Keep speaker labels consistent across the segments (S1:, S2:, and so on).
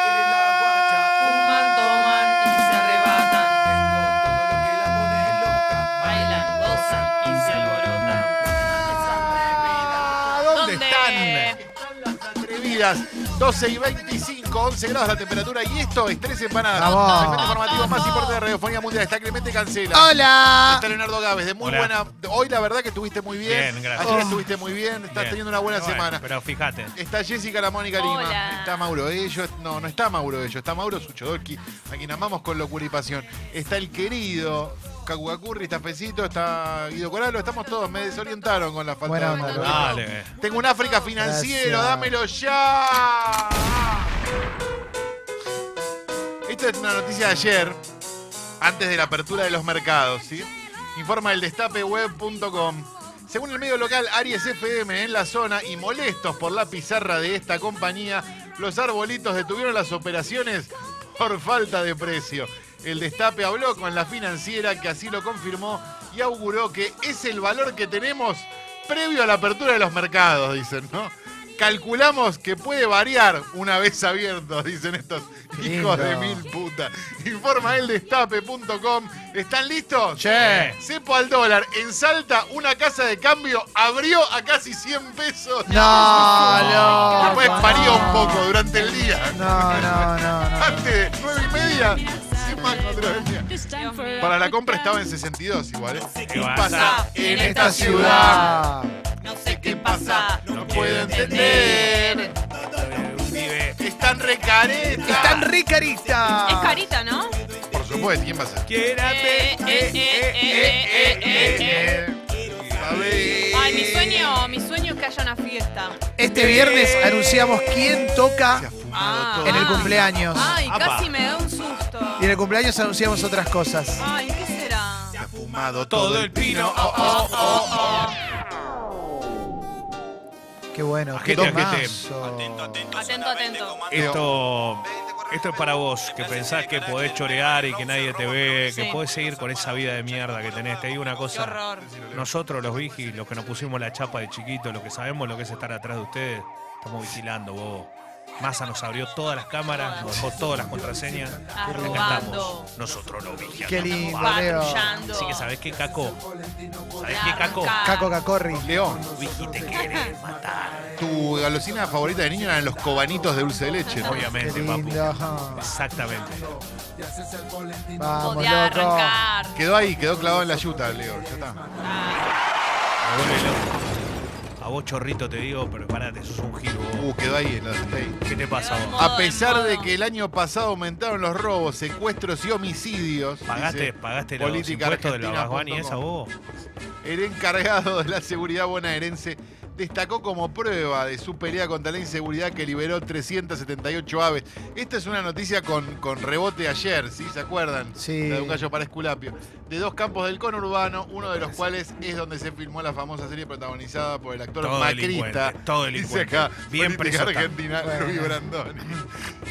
S1: separada.
S2: Fuman, toman y se arrebatan. Bailan, gozan y se alborotan.
S1: ¿Dónde están?
S3: Atrevidas, 12 y 25, 11 grados la temperatura y esto es 13 empanadas.
S1: Vamos.
S3: El segmento informativo más importante de Radiofonía Mundial está Clemente Cancela.
S1: Hola.
S3: Está Leonardo Gávez, de muy
S4: Hola.
S3: buena. Hoy la verdad que estuviste muy bien.
S4: Bien, gracias.
S3: Ayer
S4: Oh.
S3: estuviste muy bien, estás
S4: Bien.
S3: teniendo una buena
S4: Bueno,
S3: semana.
S4: Pero fíjate.
S3: Está Jessica la Mónica
S5: Hola.
S3: Lima. Está Mauro Ellos. No, no está Mauro Ellos. Está Mauro Suchodolski, a quien amamos con locura y pasión. Está el querido Kakugakurri, está Fecito, está Guido Coralo. Estamos todos, me desorientaron con la falta
S1: Buena
S3: de
S1: onda,
S3: Mauro.
S1: Lola.
S4: Dale. eh.
S3: Tengo un África financiero,
S1: Gracias.
S3: dámelo ya. Ah. Esta es una noticia de ayer, antes de la apertura de los mercados, ¿sí? Informa el destapeweb.com. Según el medio local Aries FM en la zona y molestos por la pizarra de esta compañía, los arbolitos detuvieron las operaciones por falta de precio. El destape habló con la financiera que así lo confirmó y auguró que es el valor que tenemos previo a la apertura de los mercados, dicen, ¿no? Calculamos que puede variar una vez abiertos, dicen estos hijos de
S1: Lindo.
S3: mil putas. Informa el destape.com. ¿Están listos?
S4: Che.
S3: Cepo al dólar. En Salta, una casa de cambio abrió a casi 100 pesos.
S1: No, no.
S3: Después
S1: no.
S3: parió un poco durante el día.
S1: ¡Ah, No, no, no, no.
S3: Antes de 9 y media, sin más controversia. Para la compra estaba en 62 igual. ¿eh?
S4: ¿Qué pasa
S5: en
S1: Esta ciudad.
S5: No sé qué pasa.
S3: No puedo
S4: puedo
S3: entender.
S4: Vive.
S3: Están recaretas.
S1: Están re caritas.
S5: Es carita, ¿no?
S3: Por supuesto, ¿quién pasa?
S5: Eh, eh, eh, eh, eh, eh, eh, eh.
S3: A
S1: Eh.
S3: ver.
S5: Ay, mi sueño, mi sueño es que haya una fiesta.
S1: Este viernes anunciamos quién
S3: Se ha
S1: toca
S3: fumado
S5: Ah.
S3: todo.
S1: en el cumpleaños.
S5: Ay,
S4: Apa.
S5: casi me da un susto.
S1: Y en el cumpleaños anunciamos otras cosas.
S5: Ay, ¿qué será?
S3: Se ha fumado
S4: Todo el pino. Oh, oh, oh, oh.
S1: Qué bueno. Qué
S4: Agente, agente.
S1: tomazo.
S5: Atento, atento.
S4: Esto, esto es para vos, que pensás que podés chorear y que nadie te ve, que
S5: Sí.
S4: podés seguir con esa vida de mierda que tenés. Te digo una
S5: Qué
S4: cosa.
S5: horror.
S4: Nosotros los vigis, los que nos pusimos la chapa de chiquito, los que sabemos lo que es estar atrás de ustedes, estamos vigilando, bobo. Massa nos abrió todas las cámaras, nos dejó todas las contraseñas. Acá
S5: Robando.
S4: estamos. Nosotros los vigilamos.
S1: Qué lindo, Leo.
S5: Patrullando.
S4: Así que sabés qué, Caco. ¿Sabés qué, Caco?
S5: Arranca.
S1: Caco Cacorri.
S3: León,
S4: Vigi te quiere matar.
S3: tu golosina favorita de niño eran los cobanitos de dulce de leche, ¿no?
S1: Qué
S4: Obviamente, papu.
S1: lindo. ajá.
S4: Exactamente.
S1: Vamos,
S5: Podía
S1: loco.
S5: arrancar.
S3: Quedó ahí, quedó clavado en la yuta, Leo. Ya está.
S4: Me vuelve loco. A vos, chorrito, te digo, pero parate, sos un giro. vos.
S3: Uh, quedó ahí, en la ahí.
S4: ¿Qué te pasa a vos?
S5: Modo
S3: A
S5: de
S3: pesar de
S5: modo.
S3: que el año pasado aumentaron los robos, secuestros y homicidios,
S4: ¿Pagaste,
S3: dice,
S4: pagaste los
S3: política
S4: impuestos de la
S3: argentina
S4: Basuani
S3: punto
S4: esa
S3: com.
S4: vos?
S3: el encargado de la seguridad bonaerense destacó como prueba de su pelea contra la inseguridad que liberó 378 aves. Esta es una noticia con, con rebote ayer, ¿sí? ¿Se acuerdan?
S1: Sí.
S3: La de un gallo para Esculapio. De dos campos del conurbano, uno de los cuales es donde se filmó la famosa serie protagonizada por el actor
S4: Todo
S3: macrista.
S4: delincuente, todo
S3: Dice
S4: delincuente.
S3: acá,
S4: Bien
S3: política
S4: preso está.
S3: argentina,
S1: Bueno.
S3: Luis Brandoni.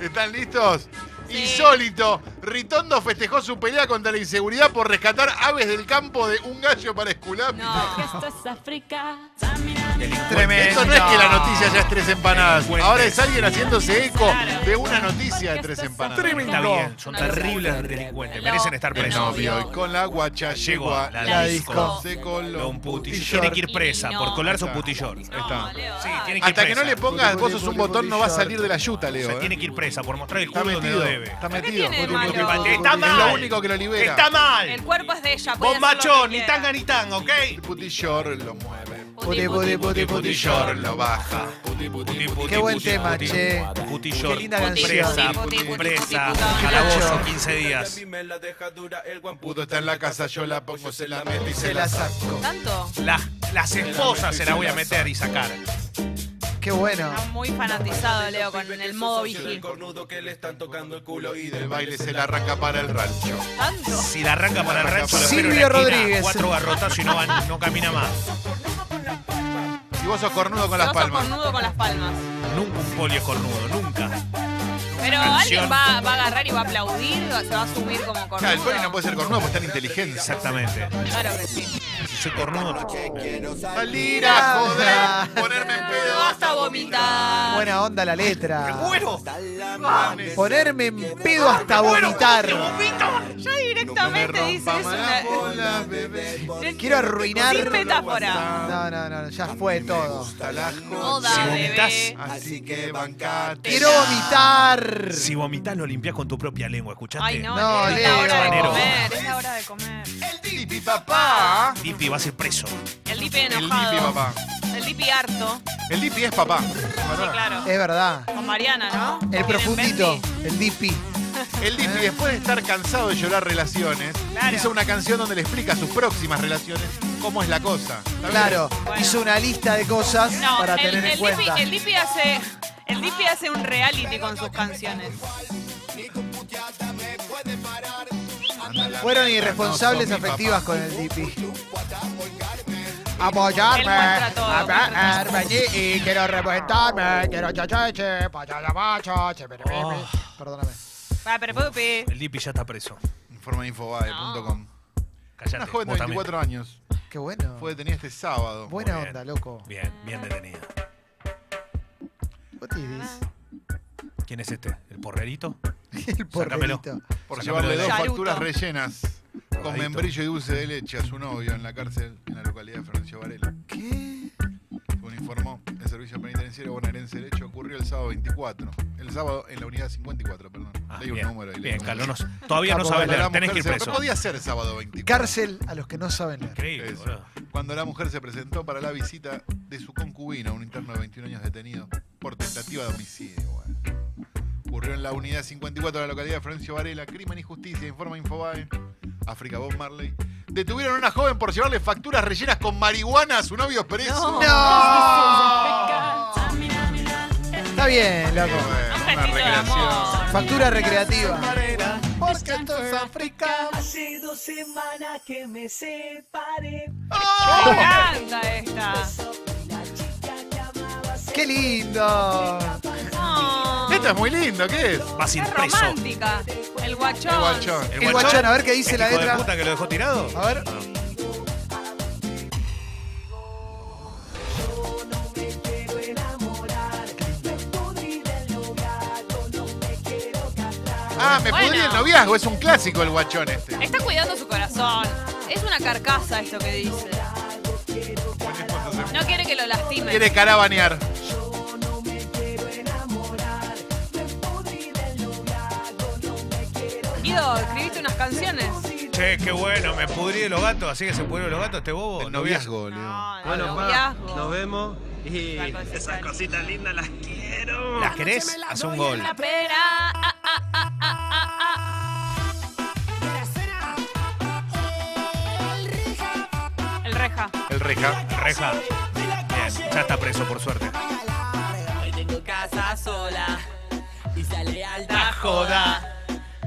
S3: ¿Están listos?
S5: Sí.
S3: Insólito, Ritondo festejó su pelea contra la inseguridad por rescatar aves del campo de un gallo para Esculapio.
S5: No.
S1: Tremendo.
S3: Esto no es que la noticia ya es tres empanadas.
S4: Delincuentes.
S3: Ahora es alguien haciéndose eco
S5: Claro.
S3: de una noticia de tres empanadas.
S4: Está bien, son
S5: No.
S4: terribles delincuentes, merecen estar
S3: El
S4: presos.
S3: novio y con la guacha llegó
S4: Llegó
S3: a
S4: la,
S1: La
S4: disco.
S1: disco.
S3: se coló
S4: Lo un
S3: un
S4: putillón.
S1: putillor.
S4: Tiene que ir presa por colarse un
S3: Está.
S4: putillor.
S5: No, Leo,
S4: Sí,
S5: dale.
S4: tiene que ir
S3: Hasta que
S4: presa.
S3: no le pongas vos sos un botón, no va a salir de la yuta,
S4: O
S3: Leo.
S4: sea,
S3: ¿eh?
S4: tiene que ir presa por mostrar el
S3: Está
S4: culo donde no
S3: metido.
S4: debe.
S3: Está metido.
S5: tiene de
S3: Puti, puti,
S5: malo?
S3: puti,
S4: Está
S3: puti. Es
S4: mal.
S3: lo único que lo libera.
S4: Está
S5: El
S4: mal.
S5: cuerpo es de ella. puede
S4: Vos
S5: hacer lo
S4: machón,
S5: que
S4: ni
S5: quiera.
S4: tanga ni tanga, ¿ok?
S3: El putillor lo mueve.
S1: Puti, puti, puti, puti,
S3: Putillor lo baja.
S1: Qué buen tema, che.
S4: Putillor,
S1: Qué linda
S4: con
S1: canción.
S4: presa,
S5: Puti, puti,
S4: con
S5: puti,
S4: presa,
S5: puti, puti,
S4: calabozo,
S1: puti.
S4: 15 días.
S3: Puto está en la casa, yo la pongo, se la meto y
S1: Se la saco.
S5: ¿Tanto?
S4: Las, las esposas se las voy a meter y sacar.
S1: Qué bueno.
S5: Está muy fanatizado, Leo, con el modo vigil.
S3: Y del baile se la arranca para el rancho.
S5: ¿Tanto?
S4: Si la arranca para el rancho, la
S1: Silvio
S4: espero en la esquina,
S1: Rodríguez.
S4: Cuatro garrotazos y no, van- no camina más.
S3: Y vos sos cornudo con las
S5: Yo soy
S3: palmas.
S5: cornudo con las palmas.
S4: Nunca un polio cornudo, nunca.
S5: Pero alguien va, va a agarrar y va a aplaudir, se va a subir como cornudo.
S3: Claro, el poli no puede ser cornudo porque está en inteligencia.
S4: Exactamente.
S5: Claro que sí.
S4: Si soy cornudo, no.
S3: Salir a joder, ponerme en
S5: Te
S3: pedo.
S5: vas a vomitar.
S1: Buena onda la letra.
S3: ¡Bueno!
S1: Ponerme en pedo hasta vomitar.
S5: Ya directamente
S3: Este
S5: dice eso. una-
S1: Quiero arruinar.
S5: Sin metáfora.
S1: No, no, no, ya fue todo.
S5: Joda,
S4: Si vomitas,
S5: bebé.
S3: Así que bancate.
S1: Quiero vomitar.
S4: Si vomitas, lo limpias con tu propia lengua, ¿escuchaste?
S5: Ay, no,
S1: No,
S5: es la hora de
S4: Leo.
S5: comer. Es la hora de comer.
S3: El tipi papá.
S4: Tipi va a ser preso.
S5: El dipi
S3: El tipi
S5: enojado.
S3: papá.
S5: El dipi harto.
S3: El tipi es papá.
S5: Sí, claro.
S1: Es verdad.
S5: Con Mariana, ¿no?
S1: Eh, El
S5: Tienen
S1: profundito,
S5: Bendy.
S1: el dipi.
S3: El Dipi, después de estar cansado de llorar relaciones,
S5: Claro.
S3: hizo una canción donde le explica a sus próximas relaciones cómo es la cosa. ¿Está bien?
S1: Claro,
S5: Bueno.
S1: hizo una lista de cosas
S5: No,
S1: para
S5: el,
S1: tener
S5: el
S1: en cuenta.
S5: Dipi, el Dipi hace. El Dipi hace un reality con sus canciones.
S1: Fueron irresponsables
S3: No, son mi
S1: afectivas con el Dipi.
S5: Él
S1: Apoyarme,
S5: muestra todo,
S1: apoyarme allí y quiero reventarme, quiero chachache, payala macho,
S4: Oh.
S1: Perdóname.
S5: Va, pero Pupi.
S4: El Dipi ya está preso.
S3: Informa de infobae.com.
S4: Callate.
S3: Una joven de
S4: vos también.
S3: 24 años
S1: Qué bueno.
S3: fue detenida este sábado.
S1: Buena
S4: bien.
S1: onda, loco.
S4: Bien, bien detenida.
S1: What is
S4: ¿Quién es este? ¿El porrerito?
S1: this? El
S4: Sácamelo.
S1: porrerito.
S3: Por
S4: Sácamelo de
S3: llevarle dos
S4: ahí.
S5: Charuto.
S3: facturas rellenas con
S4: Drogadicto.
S3: membrillo y dulce de leche a su novio en la cárcel en la localidad de Florencio Varela.
S1: ¿Qué?
S3: Según informó el Servicio Penitenciario Bonaerense del hecho, ocurrió el sábado 24. El sábado en la unidad 54, perdón.
S4: Ah,
S3: Leí un
S4: bien,
S3: número. y leí
S4: bien,
S3: un
S4: Carlos.
S3: número.
S4: no- todavía no
S1: Capo,
S4: sabes
S3: Cuando la
S4: leer. Tenés que
S3: mujer
S4: ir
S3: se-
S4: preso.
S3: No podía ser sábado 24.
S1: Cárcel a los que no saben leer.
S4: Increíble,
S3: Eso.
S4: boludo.
S3: Cuando la mujer se presentó para la visita de su concubina, un interno de 21 años detenido por tentativa de homicidio. bueno. Ocurrió en la unidad 54 de la localidad de Florencio Varela, Crimen y Justicia, informa Infobae, África Bob Marley. Detuvieron a una joven por llevarle facturas rellenas con marihuana a su novio
S5: No.
S3: preso.
S1: ¡No! Está bien,
S3: Eh,
S1: loco.
S3: bueno,
S5: Un
S3: una
S5: gatito de
S3: recreación.
S5: amor.
S1: Factura recreativa.
S6: Hace dos semanas que me separé.
S5: Me encanta esta.
S6: La chica que amaba se
S1: ¡Qué lindo!
S5: No.
S3: Esta es muy lindo, ¿qué es?
S4: Vas a ir
S5: Es
S4: preso.
S5: romántica. El guachón.
S3: El guachón.
S1: El guachón, a ver qué dice
S4: ¿El
S1: la
S4: hijo de
S1: letra.
S4: puta que lo dejó tirado?
S3: Ah.
S1: A ver.
S6: quiero enamorar. Me pudrí del noviazgo, no me quiero casar.
S3: Ah, me
S5: Bueno.
S3: pudrí el noviazgo, es un clásico el guachón este.
S5: Está cuidando su corazón. Es una carcasa esto que dice. No quiere que lo lastimen.
S3: Quiere carabanear.
S6: Yo no me quiero enamorar. Me pudrí del noviazgo, no me quiero
S5: Guido, escribiste unas canciones.
S4: Che, qué bueno, me pudrí de los gatos, así que se pudrieron los gatos este bobo.
S3: El
S4: No
S3: noviazgo, Leo.
S5: Oh, No, no,
S7: Bueno, pa,
S5: noviazgo.
S7: nos vemos y
S5: Una cosita
S7: esas
S5: linda.
S7: cositas lindas las quiero.
S4: vi- ¿Las querés? Haz un gol.
S5: La pera. ah, ah, ah, ah, ah, ah. El reja.
S3: El reja.
S4: Reja. Bien, ya está preso, por suerte.
S8: Hoy tengo casa sola y sale alta
S5: La
S8: joda.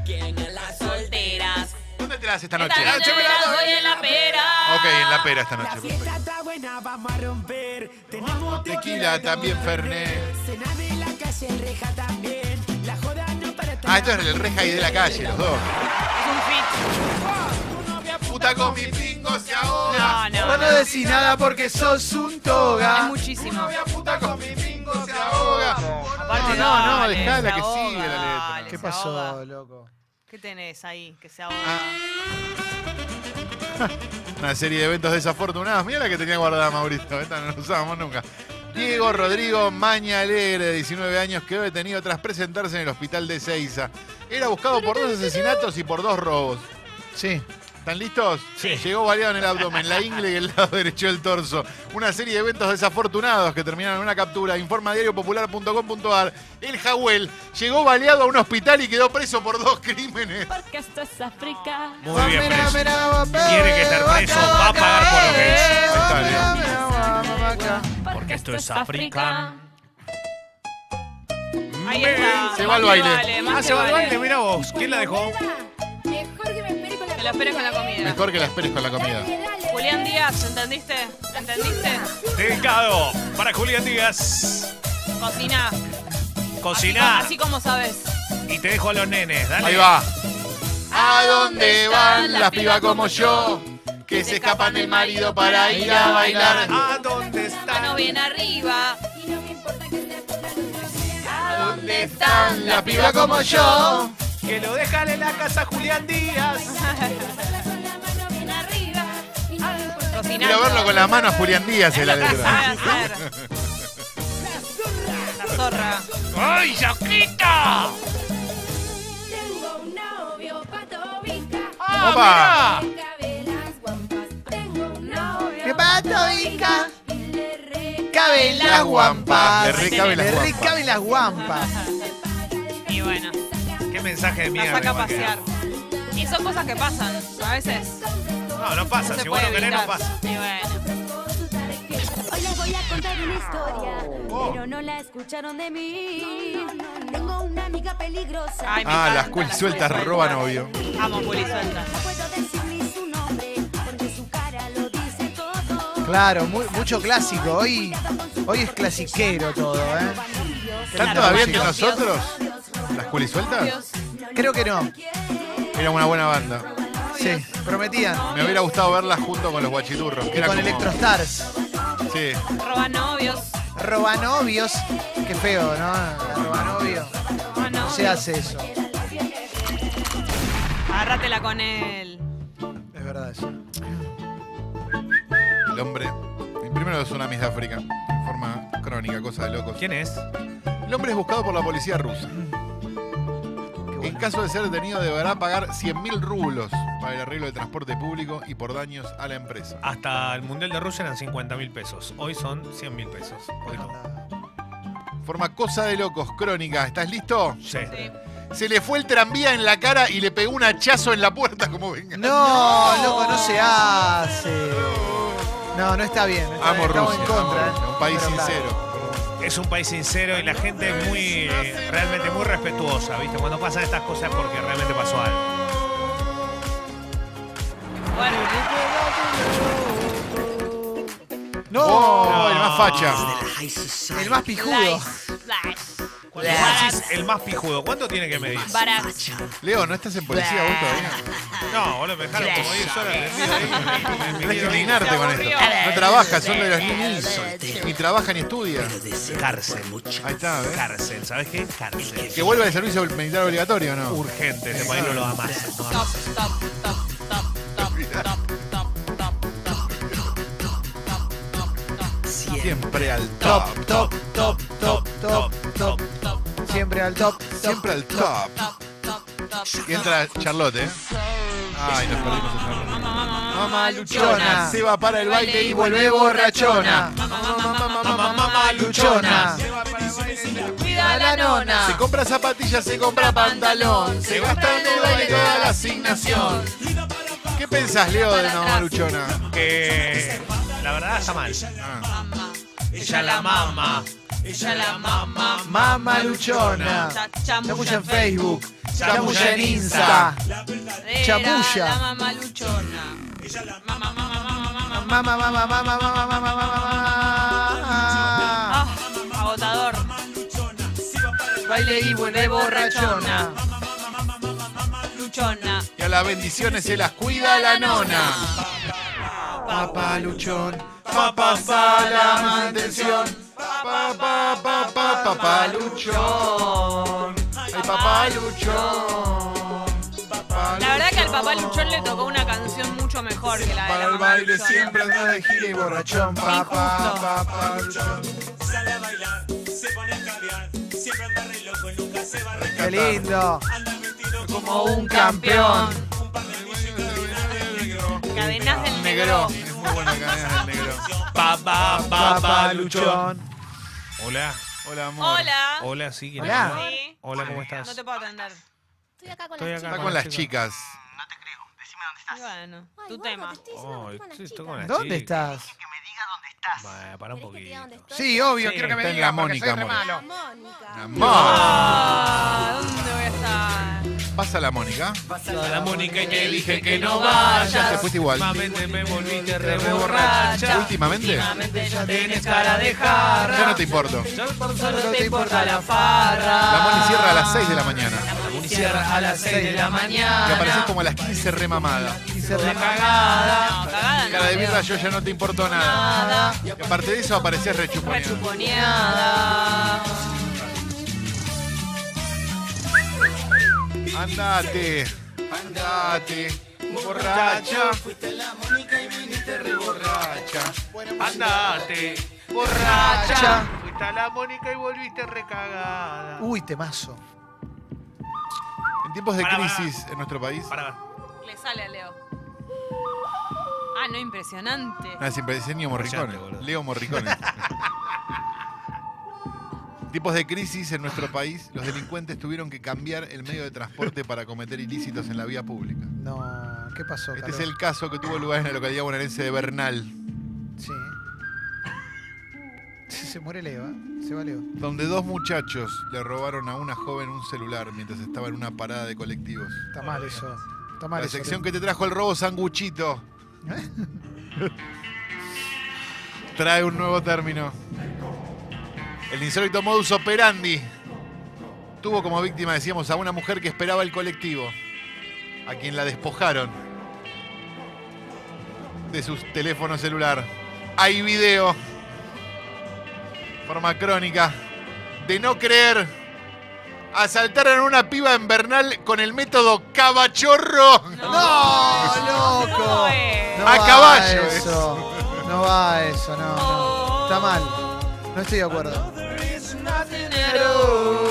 S8: ¿Quién es las solteras?
S3: ¿Dónde te la haces esta noche?
S5: Esta noche me la doy en la pera.
S3: Ok, en la pera esta noche. perfecto.
S6: está buena, vamos a romper. Tenemos
S3: Tequila también, Fernet.
S6: Cena de la calle, reja también. La joda no para
S3: Ah, esto es el reja y de la calle, los dos.
S5: Es un fit.
S3: Puta con mi pingo se
S5: No,
S3: ahoga.
S1: No, no
S5: no.
S1: decís nada porque sos un
S5: Es
S1: toga.
S5: muchísimo.
S3: Puta con mi pingo se ahoga.
S5: Aparte,
S3: no, no,
S5: dale,
S3: dejala
S5: se
S3: que
S5: ahoga,
S3: sigue la letra.
S5: dale,
S1: ¿Qué
S5: se
S1: pasó,
S5: ahoga.
S1: loco?
S5: ¿Qué tenés ahí? Que se ahoga.
S3: Una serie de eventos desafortunados. Mira la que tenía guardada Mauricio. Esta no la usábamos nunca. Diego Rodrigo Maña Alegre, de 19 años, quedó detenido tras presentarse en el hospital de Ceiza. Era buscado por dos asesinatos y por dos robos.
S1: Sí.
S3: ¿Están listos?
S4: Sí.
S3: Llegó baleado en el abdomen, la ingle y el lado derecho del torso. Una serie de eventos desafortunados que terminaron en una captura. Informa diariopopular.com.ar. El Jawel llegó baleado a un hospital y quedó preso por dos crímenes.
S6: Porque esto es África.
S4: Muy bien,
S1: Mira,
S4: preso.
S1: mira, va, va,
S4: Tiene que estar
S1: va,
S4: preso,
S1: va,
S4: va a pagar por lo que
S1: eh,
S4: hizo.
S1: va,
S3: Está
S1: mira,
S3: bien.
S1: mira, va, va, va, acá.
S4: Porque esto es África.
S5: Ahí está.
S3: Se va al
S5: Más te
S3: baile.
S5: vale, más
S4: Ah,
S5: te
S4: se va al
S5: vale.
S4: baile, mira vos. ¿Quién la dejó?
S9: Mejor que me espere con la
S5: Te lo esperes con la comida.
S3: Mejor que la esperes con la comida.
S5: Julián Díaz, ¿entendiste? ¿Entendiste?
S4: Dedicado para Julián Díaz.
S5: Cocina. Así,
S4: Cocinar.
S5: así como sabes.
S4: Y te dejo a los nenes, dale.
S3: Ahí va. ¿A dónde van las pibas como yo? Que se escapan del marido para ir a bailar.
S4: ¿A dónde están?
S5: Mano bien arriba.
S9: Y no me importa que te pongan una
S3: ¿A
S9: fea.
S3: dónde están las pibas como yo?
S4: Que lo dejan en la casa Julián Díaz.
S9: Bailarla con la mano bien arriba. Y no me importa que
S3: Quiero verlo con la mano a Julián Díaz en la
S5: La
S3: letra.
S5: sabe hacer. La zorra.
S4: ¡Ay, Yaquita!
S9: Tengo un novio pato bica.
S3: ¡Opa!
S9: Cerca de las guampas. Tengo un novio
S1: pato bica.
S9: Y le recabe
S1: Cabe las
S3: Le
S1: guampas.
S3: recabe las
S1: Le
S3: guampas.
S1: recabe las guampas.
S5: Y bueno,
S4: Qué mensaje de
S5: la
S4: mierda.
S5: saca a
S4: igual que-
S5: pasear. Y son cosas que pasan. A veces
S4: No, no
S5: no
S4: pasa.
S5: se
S4: si vos
S5: puede
S4: no querés,
S5: evitar.
S4: no pasa.
S5: Y bueno,
S10: Hoy les voy a contar una historia,
S1: Oh.
S10: pero no la escucharon de mí. Tengo una amiga peligrosa.
S5: Ay, me
S3: Ah,
S5: encanta
S3: las culis sueltas
S5: culis
S3: roban
S5: sueltas.
S3: novio.
S5: Amo culis sueltas.
S10: No puedo decir ni su nombre, porque su cara lo dice todo.
S1: Claro, mu- mucho clásico. Hoy, hoy es clasiquero todo, ¿eh?
S3: ¿Están todavía entre nosotros? ¿Las culisueltas?
S1: Creo que no.
S3: Era una buena banda.
S1: Sí, prometían.
S3: Me hubiera gustado verlas junto con los guachiturros. que
S1: Y
S3: era
S1: con
S3: como-
S1: Electrostars.
S3: Sí.
S5: Roban novios.
S1: Robanovios. Qué feo, ¿no? Robanovio.
S5: Roban
S1: No
S5: novios.
S1: se hace eso.
S5: Agárratela con él.
S1: Es verdad eso.
S3: El hombre. El primero de tsunamis de África. En forma crónica, cosa de locos.
S4: ¿Quién es?
S3: El hombre es buscado por la policía rusa. En caso de ser detenido deberá pagar 100.000 rublos para el arreglo de transporte público y por daños a la empresa.
S4: Hasta el Mundial de Rusia eran 50 mil pesos. Hoy son 100 mil pesos. Hoy no.
S3: Forma cosa de locos, crónica. ¿Estás listo?
S4: Sí.
S5: Sí.
S3: Se le fue el tranvía en la cara y le pegó un hachazo en la puerta como venga.
S1: No, loco, no se hace. No, no está bien. no está
S3: Amo
S1: bien, Estamos
S3: Rusia.
S1: en contra,
S3: amo Rusia,
S1: ¿eh?
S3: Un país
S1: Pero claro.
S3: sincero.
S4: Es un país sincero y la gente es muy, eh, realmente muy respetuosa, ¿viste? Cuando pasan estas cosas es porque realmente pasó algo.
S5: Bueno,
S1: No,
S3: Oh, el más facha.
S1: el más pijudo.
S5: slice, slice.
S4: Cuando vos decís el más pijudo, ¿cuánto tiene que medir?
S5: Baras.
S3: Leo, ¿no estás en policía vos todavía?
S4: No, boludo, me dejaron como 10 horas tendido ahí. Me- me
S3: Tenés que
S4: quiero ir.
S3: indignarte con esto. No trabaja, son de este los ninis. Ni trabaja ni estudia.
S4: Cárcel.
S3: Ahí está, ¿ves?
S4: Cárcel, ¿sabes qué? Cárcel.
S3: Que vuelva el servicio militar obligatorio, ¿no?
S4: Urgente, este país no lo da más. No da
S5: Top,
S4: más.
S5: top, top, top, top, top, top, top, top, top, top, top,
S3: Siempre al top.
S1: Top, top, top, top, top, top. Siempre al top. top,
S3: Siempre al top.
S5: top, top, top, top.
S3: Y entra Charlotte, ¿eh? Ay, nos perdimos a Charlotte.
S5: Mamá, mamá,
S1: Mamá
S5: mamá,
S1: luchona.
S5: luchona.
S3: Se va para el baile y vuelve borrachona.
S5: Mamá, mamá,
S1: Luchona.
S5: Cuida la nona.
S3: Se compra zapatillas, se compra pantalón. Se gasta en el baile toda la asignación. ¿Qué pensás, Leo, de Mamá Luchona?
S4: Que Eh, la verdad está mal.
S3: Ah,
S4: Ella la mama.
S5: Ella la mamá.
S1: Mamá luchona. Chamulla en Facebook. Chamulla en Insta. chamulla.
S5: La mamá luchona. Ella la mamá, mamá, mamá, mamá, mamá.
S1: Mamá, mamá, mamá, mamá, mamá, mamá, mamá.
S5: Ah, agotador.
S1: Baile y vuelve borrachona.
S5: Luchona.
S3: Y a las bendiciones se las cuida la nona.
S1: Papá luchón.
S3: Papá la mantención. Papá, papá, papá, papá luchón. Ay, papá luchón. Papá
S5: La verdad que al papá
S3: luchón.
S5: Luchón le tocó una canción mucho mejor que la de
S3: Para
S5: la
S3: el
S5: mamá
S3: baile
S5: Luchona.
S3: siempre anda de gira y borrachón. Papá,
S5: Injusto.
S3: papá luchón.
S1: Qué lindo.
S5: Como un campeón. Cadenas del negro.
S3: Negro. Es muy buena cadena del negro.
S4: Papá,
S1: Papá luchón.
S4: Hola.
S3: Hola, amor.
S5: Hola.
S4: Hola, sí, ¿quién
S1: Hola.
S4: habla?
S5: Sí.
S4: Hola, ¿cómo
S5: No
S4: estás?
S5: te puedo atender.
S10: Estoy acá con
S4: Estoy
S10: las
S4: acá.
S3: Está con las chicas.
S5: Y bueno,
S10: chicas. Ay,
S5: tu
S10: gordo,
S5: tema.
S10: te estoy diciendo
S4: Ay,
S10: que estoy con las
S4: estoy
S10: chicas.
S4: con las
S1: ¿Dónde
S4: chicas.
S1: estás?
S4: Bueno, pará un
S10: ¿Querés que te diga dónde
S4: poquito.
S10: estoy?
S1: Sí, obvio,
S4: Sí,
S1: quiero que me
S3: está en
S1: digas
S3: la
S1: porque soy
S3: Mónica,
S1: re
S3: amor.
S1: malo.
S10: Mónica.
S3: Amor.
S5: Ah, ¿dónde voy a estar?
S3: Pasa la Mónica.
S4: Toda la Mónica y te dije que no
S3: Ya te
S4: vayas.
S3: fuiste igual.
S4: Últimamente me volviste re
S5: borracha.
S4: borracha.
S3: Últimamente.
S5: Últimamente ya
S4: Tenés
S5: tenés
S4: cara
S5: cara
S4: de
S5: de
S4: jarra.
S5: jarra.
S3: Ya no te
S5: Solo
S3: importo.
S1: te
S5: te
S1: importa
S5: importa la
S3: La
S5: farra.
S3: Moni cierra a las 6 de la mañana.
S2: y cierra a las 6 de la
S4: Ah,
S3: Que apareces
S2: mañana.
S3: como a las 15 remamada.
S2: Toda cagada.
S5: No, cagada
S3: Cara de
S5: no,
S3: mierda, yo ya no te importo nada. Y aparte de eso, apareces rechuponeado.
S5: Chuponeada.
S3: Andate, andate, borracha. Fuiste la Mónica y viniste reborracha. Andate, borracha.
S4: Fuiste a la Mónica y volviste recagada.
S1: Uy, temazo.
S3: En tiempos de
S4: Pará, pará.
S3: crisis en nuestro país,
S4: Pará.
S9: Le sale a Leo. Ah, no, impresionante.
S3: nada, siempre diseño Morricone.
S4: Cállate, boludo.
S3: Leo Morricone. En tiempos de crisis en nuestro país, los delincuentes tuvieron que cambiar el medio de transporte para cometer ilícitos en la vía pública.
S1: No, ¿qué pasó?
S3: Este
S1: Carlos?
S3: es el caso que tuvo lugar en la localidad bonaerense de Bernal.
S1: Sí. Se muere Leo, ¿eh? Se va Leo.
S3: donde dos muchachos le robaron a una joven un celular mientras estaba en una parada de colectivos.
S1: Está mal eso. Está mal
S3: La
S1: eso,
S3: sección
S1: Leo.
S3: que te trajo el robo sanguchito. Trae un nuevo término. El insólito modus operandi tuvo como víctima, decíamos, a una mujer que esperaba el colectivo, a quien la despojaron de sus teléfonos celular. Hay video, forma crónica, de no creer. Asaltaron a una piba en Bernal con el método cabachorro.
S1: ¡No, ¡Oh, loco!
S9: ¿Cómo es?
S1: No
S3: A
S1: va
S3: caballo,
S1: Eso. No va eso, no, no. Está mal. No estoy de acuerdo.
S2: Dinero.